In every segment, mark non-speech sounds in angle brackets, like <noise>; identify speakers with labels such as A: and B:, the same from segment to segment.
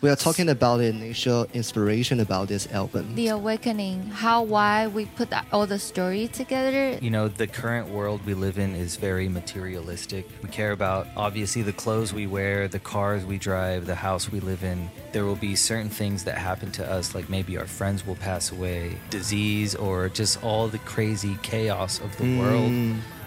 A: We are talking about the initial inspiration about this album.
B: The awakening, how why we put that- all the story together.
C: You know, the current world we live in is very materialistic. We care about obviously the clothes we wear, the cars we drive, the house we live in. There will be certain things that happen to us, like maybe our friends will pass away, disease, or just all the crazy chaos of the world.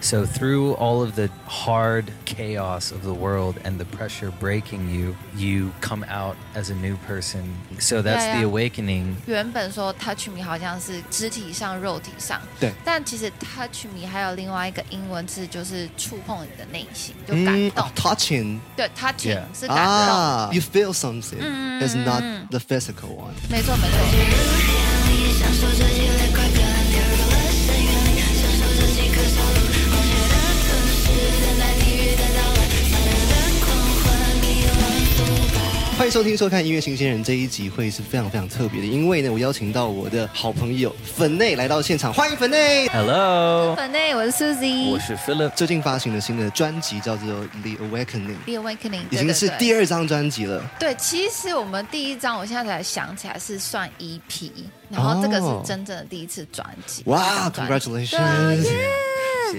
C: So, through all of the hard chaos of the world and the pressure breaking you, you come out as a new person. So, that's
B: Yeah,
C: the
B: yeah.
C: awakening.
B: 原本说 touch me 好像是肢体上、肉体上，
A: 对
B: 但其实 touch me 还有另外一个英文字，就是触碰你的内心，就感
A: 嗯
B: 动。
A: touching
B: 对，touching、
C: Yeah
B: 是感动。
A: ah you feel something it's not the physical one
B: 没错没错，
A: 欢迎收听收看《音乐新鲜人》这一集会是非常非常特别的，因为呢，我邀请到我的好朋友粉内来到现场，欢迎粉内。哦
C: Hello.
B: 本内我是 Susie，
C: 我是 Philip。
A: 最近发行的新的专辑叫做《The Awakening》，
B: The Awakening，
A: 已经是
B: 对对对
A: 第二张专辑了。
B: 对，其实我们第一张，我现在才想起来是算 EP，然后这个
A: 哦
B: 是真正的第一次专辑。
A: 哇
B: 这张专辑对啊
A: ，Congratulations！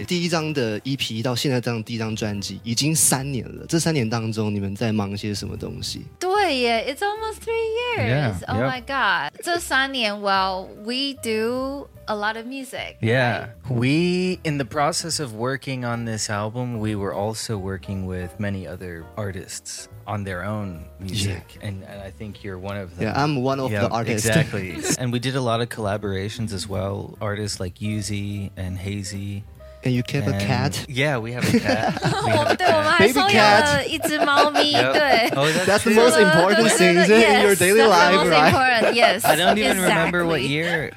A: 第一张的 EP 到现在这样第一张专辑已经三年了，这三年当中你们在忙些什么东西？
B: 对耶，It's almost three years.
C: Yeah,
B: oh
C: yeah.
B: my god！这三年，Well, we do a lot of music.
C: Yeah. We, in the process of working on this album, we were also working with many other artists on their own music. And, and I think you're one of them.
A: Yeah, I'm one of the artists. <laughs>
C: Exactly. and we did a lot of collaborations as well. Artists like Yuzi and Hazy.
A: And you kept a
C: and-
A: cat?
C: Yeah, we have
A: <laughs>
C: a cat. we
B: 我
C: have
B: 们 <laughs>
C: a
B: 对我们
C: cat.
B: 还
A: Baby
B: 收养
A: cat
B: 了一只猫咪，
C: <laughs> Yep.
B: 对。
C: Oh, that's,
A: That's the
C: true.
A: <laughs> most
B: <laughs>
A: important thing in your daily life, right?
B: That's the most important. Yes.
C: I don't even remember what
B: exactly.
C: year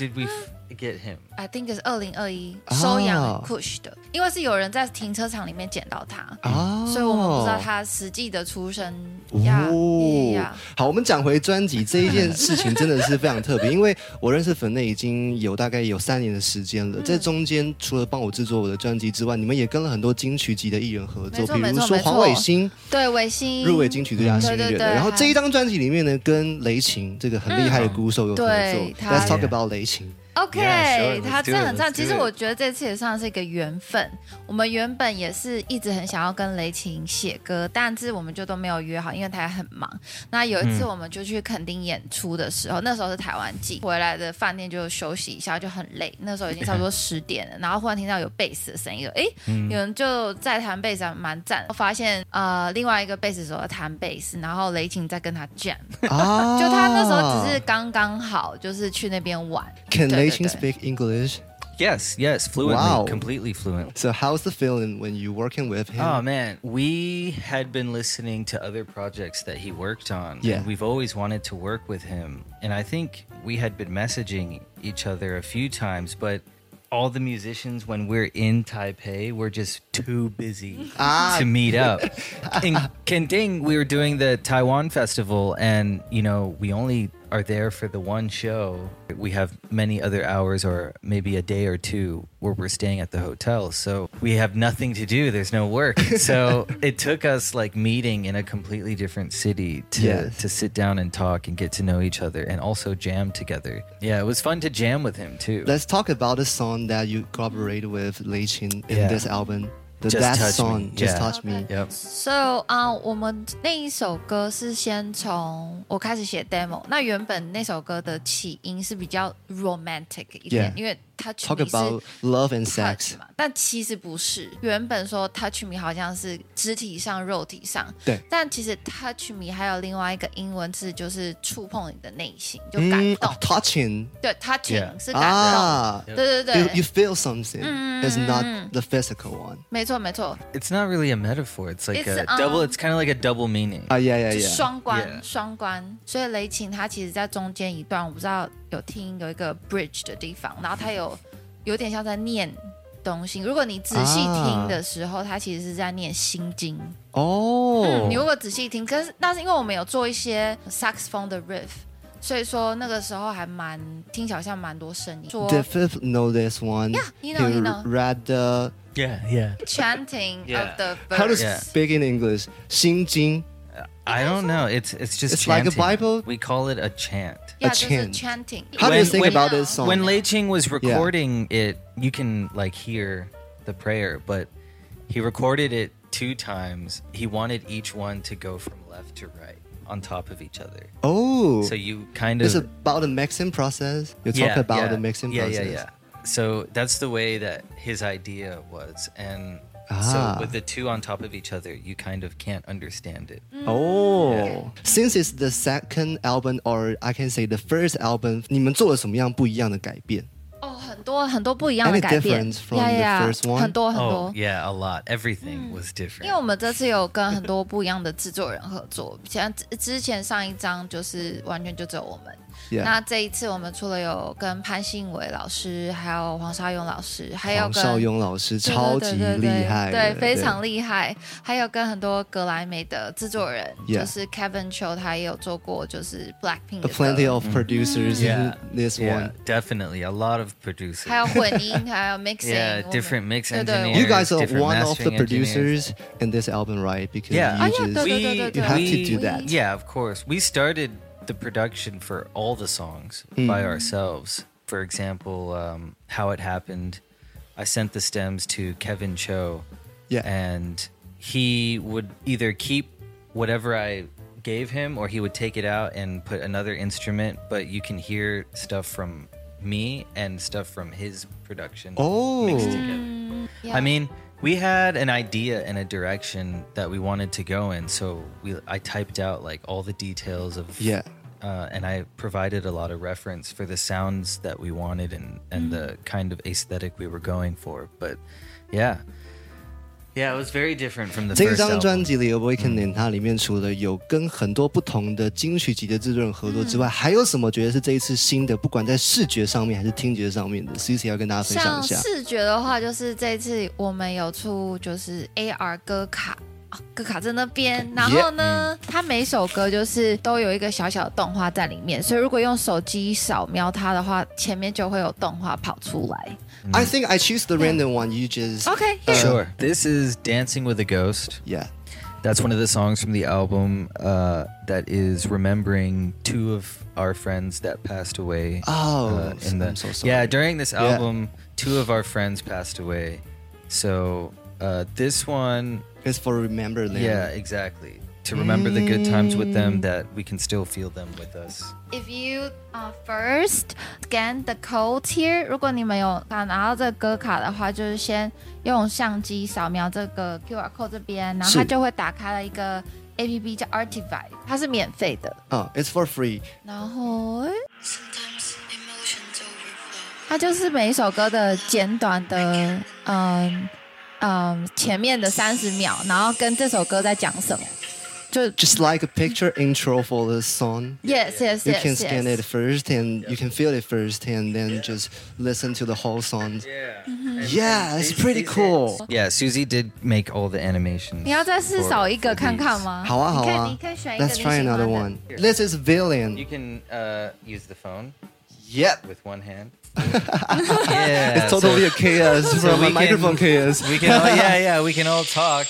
C: did we f- get him.
B: I think is 二零二一
A: 哦
B: 收养
A: Oh.
B: Kush 的，因为是有人在停车场里面捡到它，
A: 哦
B: 所以我们不知道它实际的出生。呀
A: Oh. 哦
B: 呀，，
A: 好，我们讲回专辑这一件事情，真的是非常特别，因为我认识粉内已经有大概有三年的时间
B: 嗯
A: 了，在中间除了帮我制作我的专辑之外，你们也跟了很多金曲级的艺人合作，
B: 没错
A: 比
B: 没
A: 如
B: 错
A: 说
B: 没错
A: 黄伟星
B: 对，维新
A: 入围金曲最佳新
B: 对对
A: 人的，
B: 对
A: 然后
B: 还
A: 这一张专辑里面呢，跟雷晴这个很厉害的鼓手有合作。
B: 嗯对他
A: Let's talk about 雷晴，
B: OK，
C: Yeah, sure,
B: 他
C: let's do
B: 真的很
C: it,
B: 赞。
C: let's
B: 其实
C: do it.
B: 我觉得这次也算是一个缘分。我们原本也是一直很想要跟雷琴写歌，但是我们就都没有约好，因为他很忙。那有一次我们就去垦丁演出的时候，那时候是台湾季，回来的饭店就休息一下，就很累。那时候已经差不多十点了，然后忽然听到有贝斯的声音，诶，有人就在弹贝斯，还蛮赞。我发现呃，另外一个贝斯手在弹贝斯，然后雷琴在跟他 jam，
A: 啊，
B: <laughs> 就他那时候只是刚刚好，就是去那边玩。
A: Can
B: 对对
A: Lei Qing
B: 对
A: speak English?
C: Yes, yes, fluently,
A: Wow.
C: completely fluent.
A: So how's the feeling when you working with him?
C: Oh man, we had been listening to other projects that he worked on.
A: Yeah.
C: and we've always wanted to work with him, and I think we had been messaging each other a few times, but. All the musicians, when we're in Taipei, we're just too busy
A: Ah.
C: to meet up. In Kending, we were doing the Taiwan festival, and you know, we only are there for the one show. We have many other hours, or maybe a day or two, where we're staying at the hotel. So we have nothing to do. There's no work.
A: <laughs>
C: So it took us like meeting in a completely different city to
A: Yes.
C: to sit down and talk and get to know each other, and also jam together. Yeah, it was fun to jam with him too.
A: Let's talk about the song that you collaborated with Lei Qing in
C: Yeah.
A: this album. The
C: Just
A: last
C: Touch
A: song,
C: Me,
A: Just
C: yeah.
A: Touch Me.
C: yep.
B: So 啊、我们那一首歌是先从我开始写 demo。那原本那首歌的起因是比较 romantic 一点
A: Yeah.
B: 因为 touch
A: Talk
B: me 是
A: about love and sex.
B: touch 嘛，但其实不是。原本说 touch me 好像是肢体上、肉体上，
A: 对
B: 但其实 touch me 还有另外一个英文字，就是触碰你的内心，就感
A: 嗯
B: 动。
A: 哦 Mm, touching
B: 对，touching
C: Yeah
B: 是感动。
A: 啊
B: 对对
A: ，you
B: 对
A: you feel something. It's
B: Mm.
A: not the physical one.
B: 没错没错，
C: It's not really a metaphor. It's like
B: It's,
C: a
B: um,
C: double. It's kind of like a double meaning.
A: 啊，yeah Ah, yeah
B: 就
A: yeah.
B: 双关
C: Yeah.
B: 双关。所以雷琴他其实在中间一段，我不知道有听有一个 bridge 的地方，然后他有有点像在念东西。如果你仔细听的时候，他其实是在念《心经》
A: 哦
B: 你，如果仔细听，可是但是因为我们有做一些 saxophone 的 riff，所以说那个时候还蛮听起来好像蛮多声音。说
A: the fifth know this one.
B: Yeah, you know,
A: He
B: you know.
A: read the
C: Yeah, yeah.
B: chanting
C: Yeah.
B: of the
A: How to
B: verse
C: Yeah.
A: speak in English? 心经
C: I don't know. It's it's just
A: It's like a
C: chanting.
A: Bible?
C: We call it a chant.
B: Yeah,
A: A
B: just a
A: chant.
B: chanting.
A: How do
C: you
B: When-
C: think
B: when-
A: about this song?
C: When Lei Ching was recording it, you can like hear the prayer, but he recorded it two times. He wanted each one to go from left to right on top of each other.
A: Oh,
C: So you kind of
A: it's about the mixing process. You talk about the mixing
C: yeah,
A: process.
C: Yeah, yeah, So that's the way that his idea was, and
A: Ah.
C: so with the two on top of each other, you kind of can't understand it.
A: Oh, since it's the second album, or I can say the first album，你们做了什么样不一样的改变？
B: 哦，很多很多不一样的
A: Any
B: 改变
A: difference from the first one?
B: 很多很多
C: Oh,。yeah, a lot. Everything was different.
B: 因为我们这次有跟很多不一样的制作人合作，像之之前上一张就是完全就只有我们
A: Yeah
B: 那这一次我们除了有跟潘信伟老师，还有黄少勇老师，还有
A: 黄
B: 跟
A: 少勇老师
B: 对对
A: 超级
B: 对对
A: 厉
B: 对
A: 害的，
B: 对，非常厉害。还有跟很多格莱美的制作人
A: Yeah
B: 就是 Kevin Cho，他也有做过就是 Blackpink 的
A: A Plenty
B: 歌
A: of producers
C: Mm-hmm. Yeah,
A: in this
C: yeah,
A: one.
C: definitely a lot of producers.
B: 还有混
A: <laughs>
B: 音，还有 mixing，
C: Yeah,
B: 我们
C: different mix
B: 对对
C: engineers.
A: You guys are
C: different
A: one of the
C: mastering engineers.
A: producers in this album, right? Because
C: Yeah.
A: you
B: Oh, yeah,
A: just
B: the- the- the- the-
A: You have to
C: we-
A: do that.
C: Yeah, of course. We started the production for all the songs
A: Mm.
C: by ourselves. For example, um, how it happened. I sent the stems to Kevin Cho,
A: Yeah.
C: and he would either keep whatever I gave him or he would take it out and put another instrument. But you can hear stuff from me and stuff from his production
A: Oh.
C: mixed together.
B: yeah
C: I mean, we had an idea and a direction that we wanted to go in, so we I typed out like all the details of
A: Yeah.
C: uh, and I provided a lot of reference for the sounds that we wanted and and the kind of aesthetic we were going for. But yeah, yeah, it was very different from the
A: 这一
C: first
A: 张
C: album.
A: 专辑里《Awakening》，它里面除了有跟很多不同的金曲级的制作人合作之
B: 嗯
A: 外，还有什么觉得是这一次新的，不管在视觉上面还是听觉上面的，C C 要跟大家分享
B: 像
A: 一下。
B: 视觉的话，就是这次我们有出就是 AR 歌卡。啊歌卡在那边，然后
A: 嗯
B: 呢，它每首歌就是都有一个小小的动画在里面，所以如果用手机扫描它的话，前面就会有动画跑出来。
C: Mm.
A: I think I choose the random one. You just
B: OK，
C: Sure. This is Dancing with a Ghost.
A: yeah.
C: That's one of the songs from the album uh, that is remembering two of our friends that passed away.
A: Oh,
C: uh, in the
A: I'm so sorry.
C: yeah, during this
A: Yeah.
C: album, two of our friends passed away. So uh, this one,
A: It's for remember them.
C: yeah, exactly. To remember the good times with
A: Mm.
C: them, that we can still feel them with us.
B: If you uh, first scan the code here，如果你们有啊拿到这个歌卡的话，就是先用相机扫描这个 QR code 这边，然后
A: 是
B: 它就会打开了一个 APP 叫 Artify，它是免费的。
A: Oh, it's for free.
B: 然后诶
D: Sometimes emotions overflow.
B: 它就是每一首歌的简短的，嗯嗯，前面的三十秒，然后跟这首歌在讲什么，就
A: Just like a picture <laughs> intro for the song.
B: yes yes
A: You can
B: yes
A: scan it
B: yes。
A: first and you can feel it first and then just listen to the whole song.
C: Yeah.
A: Yeah, it's Mm-hmm. pretty cool.
C: Yeah, Susie did make all the animations.
B: 你要再试
C: for-
B: 扫一个
C: for
B: 看看
C: these.
B: 吗？
A: 好啊，
B: 你可以
A: 好啊。
B: 你可以选一个
A: Let's
B: 你喜
A: try
B: 欢
A: another
B: 的。
A: one. This is villain.
C: You can uh, use the phone
A: yep.
C: with one
A: <laughs>
C: hand. <laughs> yeah,
A: It's totally a chaos
C: <laughs> so
A: from
C: we
A: a
C: can-
A: microphone chaos.
C: <laughs> We can all, yeah, yeah, we can all talk.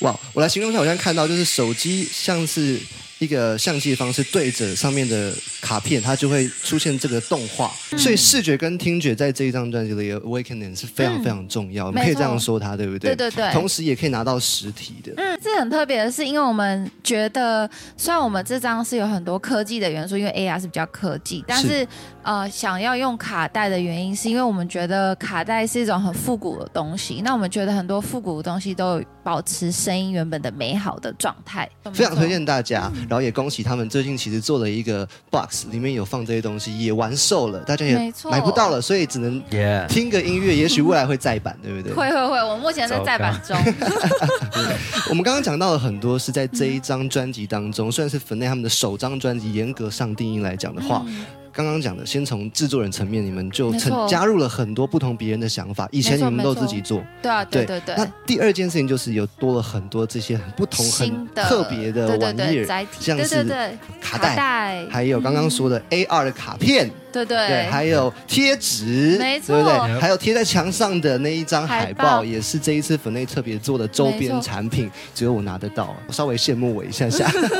A: wow, 我来形容一下，我现在看到就是手机像是一个相机的方式对着上面的卡片，它就会出现这个动画。
B: 嗯
A: 所以视觉跟听觉在这一张专辑里的 Awakening 是非常非常重要，我们可以
B: 嗯没错
A: 这样说它，对不对？
B: 对对对嗯
A: 同时也可以拿到实体的。
B: 这很特别的是，因为我们觉得，虽然我们这张是有很多科技的元素，因为 AR 是比较科技，但是
A: 是
B: 呃，想要用卡带的原因，是因为我们觉得卡带是一种很复古的东西。那我们觉得很多复古的东西都有保持声音原本的美好的状态，
A: 非常推荐大家，
B: 嗯
A: 然后也恭喜他们最近其实做了一个 box，里面有放这些东西，也完售了，大家也
B: 没错
A: 买不到了，所以只能
C: Yeah.
A: 听个音乐，也许未来会再版，对不对？
B: 会会会，我目前在再版中。
A: <laughs> 我们刚刚讲到了很多是在这一张专辑当中，虽然是粉内他们的首张专辑，严格上定义来讲的话。刚刚讲的，先从制作人层面，你们就
B: 嗯没错
A: 成加入了很多不同别人的想法。以前你
B: 没错
A: 们都
B: 没错
A: 自己做，
B: 对啊，对对对
A: 那，第二件事情就是有多了很多这些很不同、
B: 新
A: 很
B: 的
A: 特别的
B: 对对
A: 玩意
B: 对
A: 儿
B: 载，体，
A: 像
B: 对对
A: 是
B: 对
A: 卡带
B: 带嗯
A: 还有刚刚说的 AR 的卡片，
B: 对
A: 对，
B: 对，
A: 还有贴纸，
B: 没错
A: 对不对？
B: Yep
A: 还有贴在墙上的那一张海
B: 海
A: 报，
B: 报
A: 也是这一次粉内特别做的周
B: 没
A: 边
B: 错
A: 产品，只有我拿得到，稍微羡慕我一下下。
B: <laughs>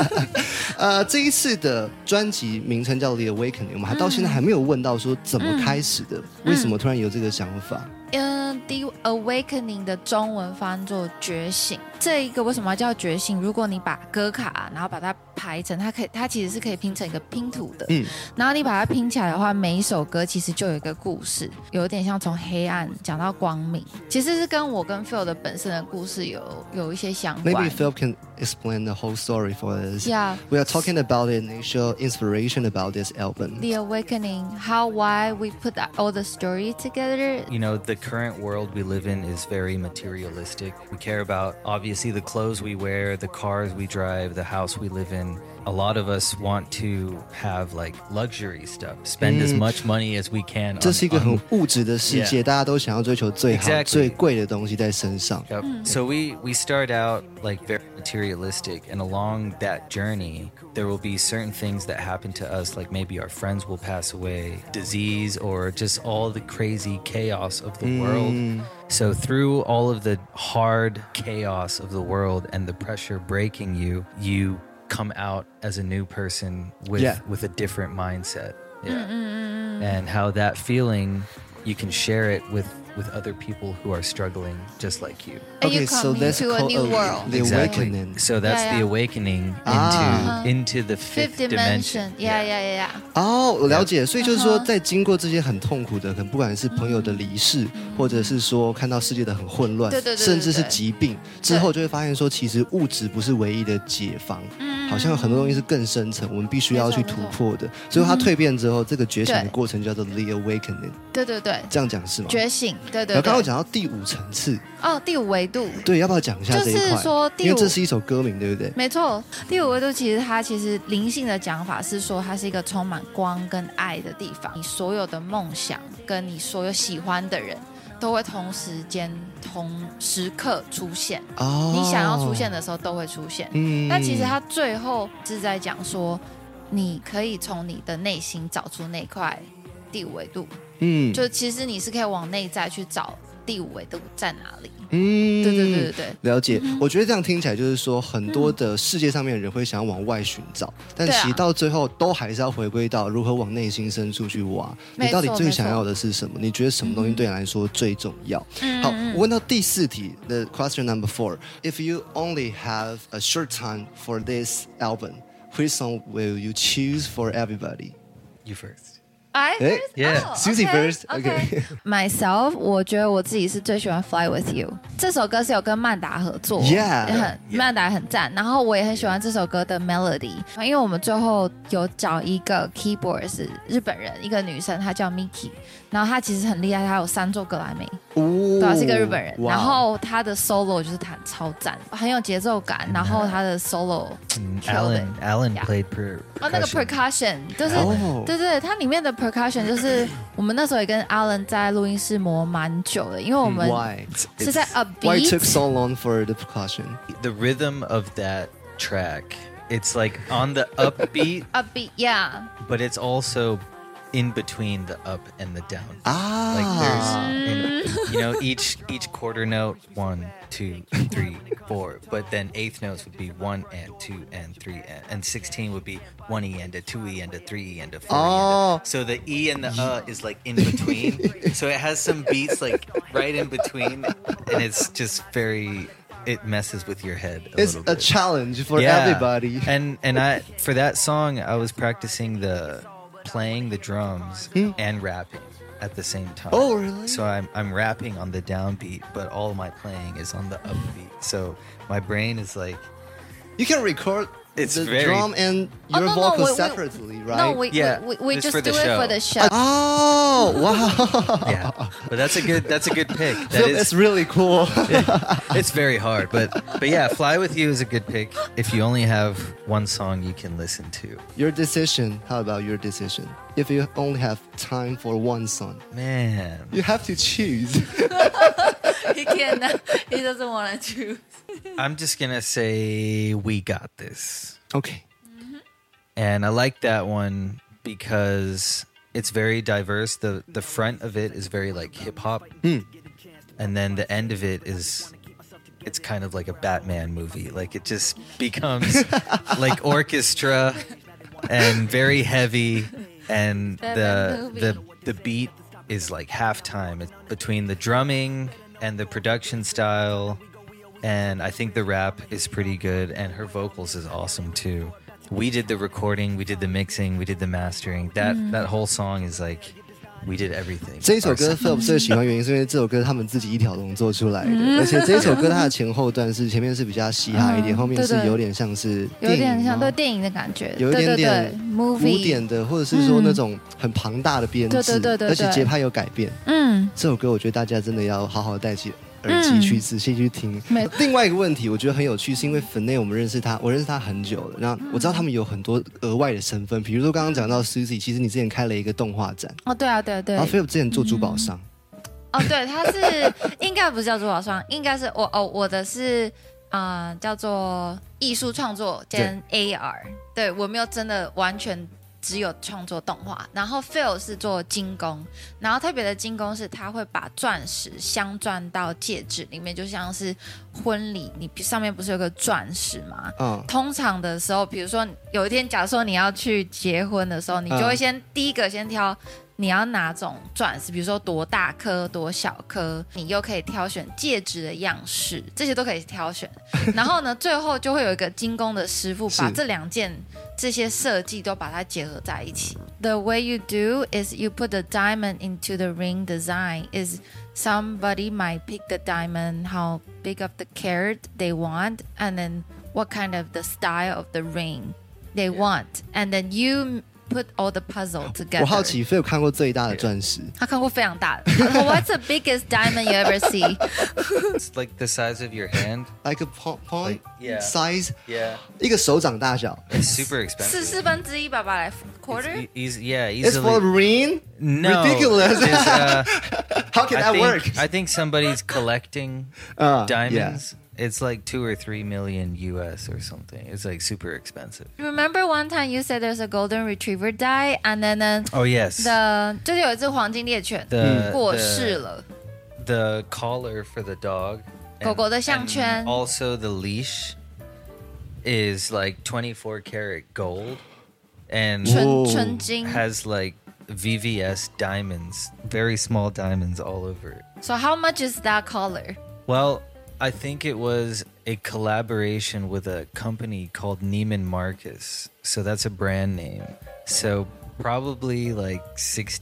A: 呃，这一次的专辑名称叫《The Awakening》，我们还到现在还没有问到说怎么开始的，为什么突然有这个想法？
B: 嗯，《The Awakening》的中文翻作“觉醒”，这一个为什么要叫觉醒？如果你把歌卡，然后把它排成，它可以，它其实是可以拼成一个拼图的。
A: 嗯，
B: 然后你把它拼起来的话，每一首歌其实就有一个故事，有点像从黑暗讲到光明，其实是跟我跟 Phil 的本身的故事有有一些相
A: Maybe
B: 关。
A: Phil can explain the whole story for us.
B: Yeah.
A: We are talking about the initial inspiration about this album.
B: The Awakening, how why we put all the story together
C: You know, the current world we live in is very materialistic. We care about obviously the clothes we wear, the cars we drive, the house we live in. A lot of us want to have like luxury stuff, spend as much money as we can.
A: 这是一
C: On,
A: 个很
C: on-
A: 物质的世界，
C: Um, Yeah.
A: 大家都想要追求最好、
C: Exactly.
A: 最贵的东西在身上。
C: Yep. So we we start out like very materialistic, and along that journey, there will be certain things that happen to us, like maybe our friends will pass away, disease, or just all the crazy chaos of the world. So through all of the hard chaos of the world and the pressure breaking you, you come out as a new person with
A: Yeah.
C: with a different mindset.
B: Mm,
C: Yeah and how that feeling you can share it with with other people who are struggling just like you
B: and you come into a new world.
A: The
C: Exactly.
A: awakening.
C: so that's
B: Yeah,
C: the
B: yeah. Uh-huh.
C: awakening into
A: Ah.
C: into the
B: Fifth
C: fifth,
B: dimension, yeah, yeah, yeah, yeah.
A: 哦，我了解。所以就是说，
B: 嗯哼
A: 在经过这些很痛苦的，很不管是朋友的离世，或者是说看到世界的很混乱
B: 对对，对对
A: 甚至是
B: 对
A: 疾病之后，就会发现说，其实物质不是唯一的解放，好像有很多东西是更深层，我们必须要去
B: 没错
A: 突
B: 没错
A: 破的。所以它蜕变之后，这个觉醒的
B: 嗯对
A: 过程叫做 the awakening，
B: 对对对，
A: 这样讲是吗？
B: 觉醒，对
A: 然
B: 对
A: 后刚刚
B: 对。
A: 讲到第五层次，
B: 哦，第五维度，
A: 对，要不要讲一下这一块？
B: 就是说第五
A: 因为这是一首歌名，对不对？
B: 没错，第五维度其实它其实灵性的讲法是说，它是一个充满光跟爱的地方，你所有的梦想跟你所有喜欢的人都会同时间、同时刻出现，
A: 哦
B: 你想要出现，的时候都会出现。
A: 嗯
B: 那其实它最后是在讲说，你可以从你的内心找出那块第五维度，
A: 嗯
B: 就其实你是可以往内在去找第五维度在哪里。
A: 嗯
B: 对对对对嗯对。
A: 了解，我觉得这样听起来就是说，很多的世界上面的人会想要往外寻找，但
B: 对啊
A: 其实到最后都还是要回归到如何往内心深处去挖。
B: 没
A: 你
B: 错
A: 到底最想要的是什么？你觉得什么东西对你来说最重要？
B: 嗯
A: 好，我问到第四题，the question number four: If you only have a short time for this album, which song will you choose for everybody?
C: you first
B: I
A: Eh?
B: first?
C: Yeah.
B: Oh,
A: Susie
B: okay,
A: first.
B: Okay. Myself，我觉得我自己是最喜欢《Fly with You》这首歌，是有跟曼达合作
A: Yeah.
B: 也很
C: Yeah.
B: 曼达很赞。然后我也很喜欢这首歌的 melody，因为我们最后有找一个 keyboard 是日本人，一个女生，她叫 Miki，然后她其实很厉害，她有三座格莱美，
A: 哦
B: 对、啊，是一个日本人。
A: 哇
B: 然后她的 solo 就是弹超赞，很有节奏感，然后她的 solo
C: and
B: Killed
C: alan alan
B: Yeah.
C: played per
B: 哦，那个 percussion 就是
A: 哦
B: 对对，它里面的 percussion 就是我们那时候也跟 Alan 在录音室磨蛮久的，因为我们
A: 嗯 Why?
B: 是在 a
A: Why it took
B: beat。
A: so long for the percussion?
C: the rhythm of that track it's like on the upbeat <laughs>
B: A beat, 啊 yeah.
C: but it's also in between the up and the down
A: Ah.
C: Like there's, and, you know, each each quarter note one, two, three, four. But then eighth notes would be one and two and three and and sixteen would be one e and a two e and a three e and a four. e
A: Oh.
C: And a, so the e and the uh is like in between. so it has some beats like right in between, and it's just very. It messes with your head. A
A: It's
C: little
A: a
C: bit.
A: challenge for
C: Yeah.
A: everybody.
C: And and
A: <laughs>
C: I for that song I was practicing the playing the drums and rapping at the same time.
A: Hmm. Oh, really?
C: So I'm I'm rapping on the downbeat, but all my playing is on the upbeat. So my brain is like
A: You can record
C: It's
A: the
C: very-
A: drum and your
B: Oh, no, no,
A: vocal
B: we- we-
A: separately, right?
B: No, we
C: Yeah,
B: we, we, we
C: it's
B: just
C: for the
B: do it for
C: show.
B: the show.
A: <laughs>
C: <laughs>
A: oh wow!
C: yeah.
A: <laughs>
C: but that's a good that's a good pick. That
A: Phil,
C: is
A: that's really cool.
C: <laughs> it's very hard, but but yeah, Fly with You is a good pick. If you only have one song you can listen to.
A: your decision. How about your decision? If you only have time for one song,
C: Man.
A: you have to choose.
B: he can, he doesn't want to choose.
C: I'm just going to say we got this.
A: <laughs> okay.
C: And I like that one because It's very diverse. The the front of it is very like hip hop, and then the end of it is it's kind of like a Batman movie. Like it just <laughs> becomes like orchestra and very heavy, and the
B: Batman
C: the
B: movie.
C: the beat is like halftime It's between the drumming and the production style and I think the rap is pretty good, and her vocals is awesome too. We did the recording, we did the mixing, we did the mastering. That that whole song is like, we did everything.
A: 这一首歌
C: ourselves.
A: Philip 最喜欢的原因是因为这首歌他们自己一条龙做出来的，而且这一首歌它的前后段是前面是比较嘻哈一点，
B: 嗯
A: 后面是
B: 对对
A: 有点像是
B: 有点
A: 电影
B: 像
A: 吗
B: 对电影的感觉，
A: 有一点
B: 对对
A: 点
B: 对
A: 古
B: ，movie，
A: 典的，或者是说
B: 嗯
A: 那种很庞大的编制，
B: 对对对对
A: 而且
B: 对
A: 节拍有改变。
B: 嗯，
A: 这首歌我觉得大家真的要好好戴起耳机去仔细去听。
B: 没
A: 另外一个问题，我觉得很有趣，是因为粉内我们认识他，我认识他很久了，然后
B: 嗯
A: 我知道他们有很多额外的身份，比如说刚刚讲到 Susie，其实你之前开了一个动画展，
B: 哦，对啊，对啊对
A: 然
B: 啊
A: 后，Philip 之前做珠宝商，
B: 哦，对，它是应该不叫珠宝商，应该是我哦，我的是啊、呃叫做艺术创作兼 AR，对我没有真的完全。只有创作动画，然后 Phil 是做精工，然后特别的精工是他会把钻石镶钻到戒指里面，就像是婚礼，你上面不是有个钻石吗？
A: 嗯，
B: 通常的时候，比如说有一天，假如说你要去结婚的时候，你就
A: 嗯
B: 会先、第一个先挑你要哪种钻石，比如说多大颗、多小颗，你又可以挑选戒指的样式，这些都可以挑
A: <laughs>
B: 选。然后呢，最后就会有一个精工的师傅把
A: 是
B: 这两件这些设计都把它结合在一起。The way you do is you put the diamond into the ring design is somebody might pick the diamond, how big of the carat they want, and then what kind of the style of the ring they want, and then you put all the puzzle together.
A: 我好奇 Philip 看过最大的钻石，
B: 他看过非常大 <laughs> 的，What's the biggest diamond you ever
C: <laughs>
B: see？ <laughs>
C: it's like the size of your hand.
A: like a point point
C: Like, yeah.
A: size，
C: Yeah,
A: 一个手掌大小。
C: it's super
B: 四
C: expensive.
B: 四分之一吧，吧来
C: It's
B: quarter
C: e-。eas- yeah,
A: It's
C: easily.
A: for ring.
C: no,
A: ridiculous. <laughs>
C: it's, uh,
A: How can
C: I
A: that work?
C: think I think somebody's collecting
A: Uh,
C: diamonds. It's like two or three million US or something. It's like super expensive.
B: Remember one time you said there's a golden retriever die, and then uh,
C: Oh yes,
B: the 就是有一只黄金猎犬
C: the
B: 过
C: the-
B: 世了。
C: the collar for the dog. and-
B: 狗狗的项圈。
C: and Also, the leash is like 24 karat gold and
A: Whoa.
B: 纯纯金。
C: has like VVS diamonds, very small diamonds all over it.
B: So how much is that collar?
C: Well, I think it was a collaboration with a company called Neiman Marcus. So that's a brand name. So probably like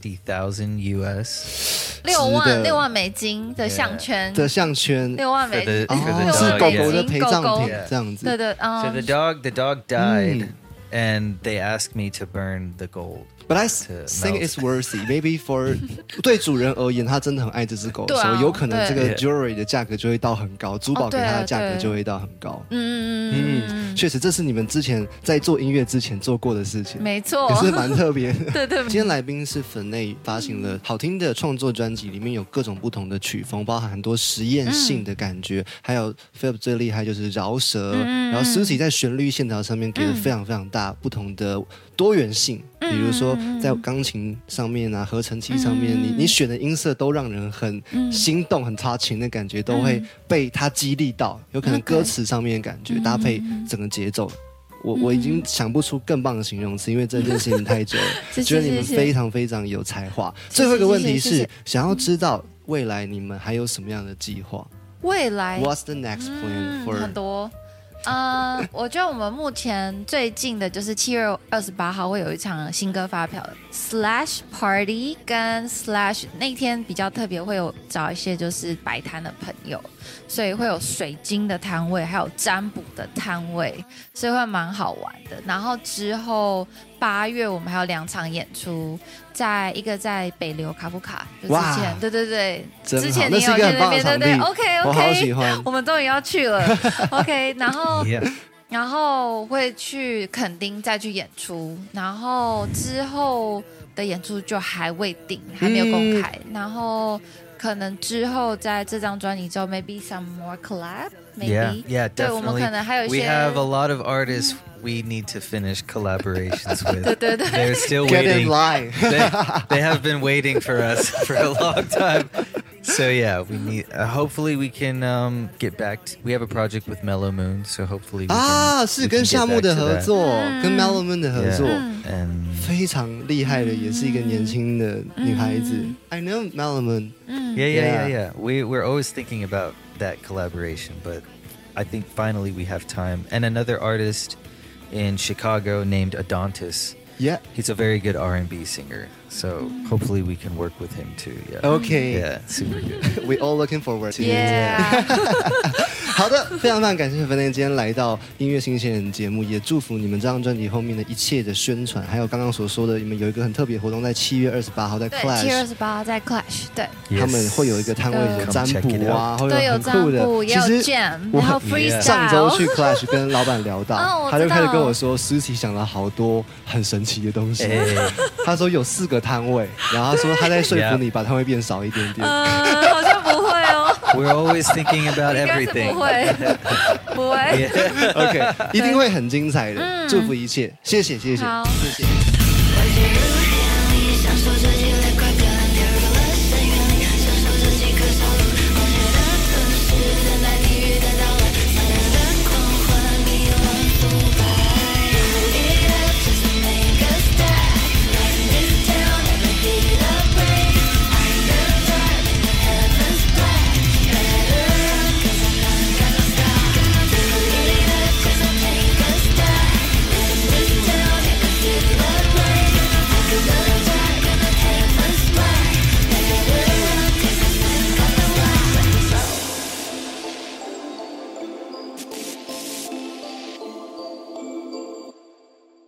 C: 60,000 US
B: 六万
A: 的
B: 六万美金的项圈，
A: 的项圈，
B: 六万美
C: for
B: 金
C: the, for the
A: 哦是
C: dog.
A: 狗
C: yeah.
A: 狗的陪葬
B: 狗
A: 品
B: 狗
A: 这样子。
B: 对对，嗯
C: So the dog, the dog died, and they asked me to burn the gold.
A: But I
C: To
A: think
C: melt.
A: it's worthy. Maybe for <laughs> 对主人而言，他真的很爱这只狗的时
B: 对
A: 候，
B: 啊
A: 有可能这个
C: 对
A: jewelry 的价格就会到很高，珠宝给
B: 对啊
A: 它的价格
B: 对
A: 就会到很高。
B: 嗯嗯嗯
A: 嗯，确实，这是你们之前在做音乐之前做过的事情
B: 嗯，，没错
A: 也，是蛮特别的。
B: 对对
A: 今天来宾是粉内发行了好听的创作专辑，里面有各种不同的曲风，包含很多实验性的感觉，还有 Philip 最厉害就是饶舌，然后 Susie 在旋律线条上面给了非常非常大不同的多元性，比如说在钢琴上面啊、合成器上面，你你选的音色都让人很心动、很 touching 的感觉，都会被它激励到，有可能歌词上面的感觉搭配整个节奏。我我已经想不出更棒的形容词，因为真的认识你们太久了。
B: 谢
A: 觉得
B: 谢
A: 你
B: 谢
A: 们
B: 谢。
A: 非常非常有才华。
B: 谢
A: 最后一个问题
B: 谢谢谢
A: 是
B: 谢，
A: 想要知道未来你们还有什么样的计划
B: 未来
A: ？What's the next plan
B: 嗯很
A: for？
B: 多。呃， <laughs> 我觉得我们目前最近的就是七月二十八号会有一场新歌发表 slash party 跟 slash 那天比较特别，会有找一些就是摆摊的朋友，所以会有水晶的摊位，还有占卜的摊位，所以会蛮好玩的。然后之后八月我们还有两场演出，在一个在北流卡夫卡，就之
A: 哇
B: 前对对对，
A: 真好
B: 之前你
A: 那是
B: 有
A: 一个
B: 去
A: 很
B: 那
A: 棒的
B: 边对对
A: 场地
B: ，OK
A: 我好
B: OK，
A: 喜欢。
B: <laughs> 我们终于要去
A: <laughs>
B: 了，OK，然后
C: Yeah.
B: 然后会去垦丁再去演出，然后之后的演出就还未定，还没有公开，然后可能之后在这张专辑之后，maybe some more collab。
C: Yeah,
B: Maybe.
C: yeah,
B: 对，我们
C: definitely.
B: 可能还有一
C: We
B: 些
C: have a lot of artists we need to finish collaborations with.
B: 对对
C: They're
B: 对
C: still
A: Get in
C: waiting.
A: line.
C: <laughs> They, they have been waiting for us <laughs> for a long time. So yeah, we need. Uh, hopefully, we can um, get back. To, we have a project with Mellow Moon, so hopefully we can,
A: 啊，
C: we
A: 是
C: can
A: 跟
C: get
A: 夏木
C: back
A: 的
C: to
A: 合
C: that.
A: 作，跟 Mellow Moon 的合
C: Yeah,
A: 作。
C: and
A: 非常厉害的，也是一个年轻的女孩子。I know Mellow Moon，
C: yeah, yeah, yeah,
A: Yeah.
C: yeah. We we're always thinking about that collaboration, but I think finally we have time. And another artist in Chicago named Adontis.
A: Yeah.
C: He's a very good R and B singer, so hopefully we can work with him too. Yeah.
A: Okay.
C: Yeah. Super
A: <laughs>
C: good.
A: We all looking forward to it.
B: Yeah，
A: <laughs> 好的，非常非常感谢粉莲今天来到音乐新鲜人节目，也祝福你们这张专辑后面的一切的宣传，还有刚刚所说的，你们有一个很特别活动，在七月二十八号在
B: 对，七月二
A: <laughs> Clash，
B: 十八在 Clash，对，
A: 他们会有一个摊位有占卜啊，会
B: 对，有
A: 很
B: 占
A: 酷的
B: 卜，。也有
A: 其实
B: jam，
A: 我
B: 然后
A: 很
B: freestyle。
A: 上周
B: <laughs>
A: 去 Clash 跟老板聊
B: 哦
A: 到，
B: 我
A: 他就
B: 知道
A: 开始跟我说，思琪想了好多很神奇的东西。
C: Hey.
A: 他说有四个摊位，然后他说他在说服你把摊位变少一点点。
B: 呃，好像不会
A: <laughs>
B: 哦，
C: We're always
B: <laughs>
C: thinking about
B: 应该是
C: everything.
B: 不会， <laughs> 不会。
C: Yeah.
A: OK，一定会很精彩的，祝福一切，谢谢谢谢
B: 嗯好
A: 谢谢。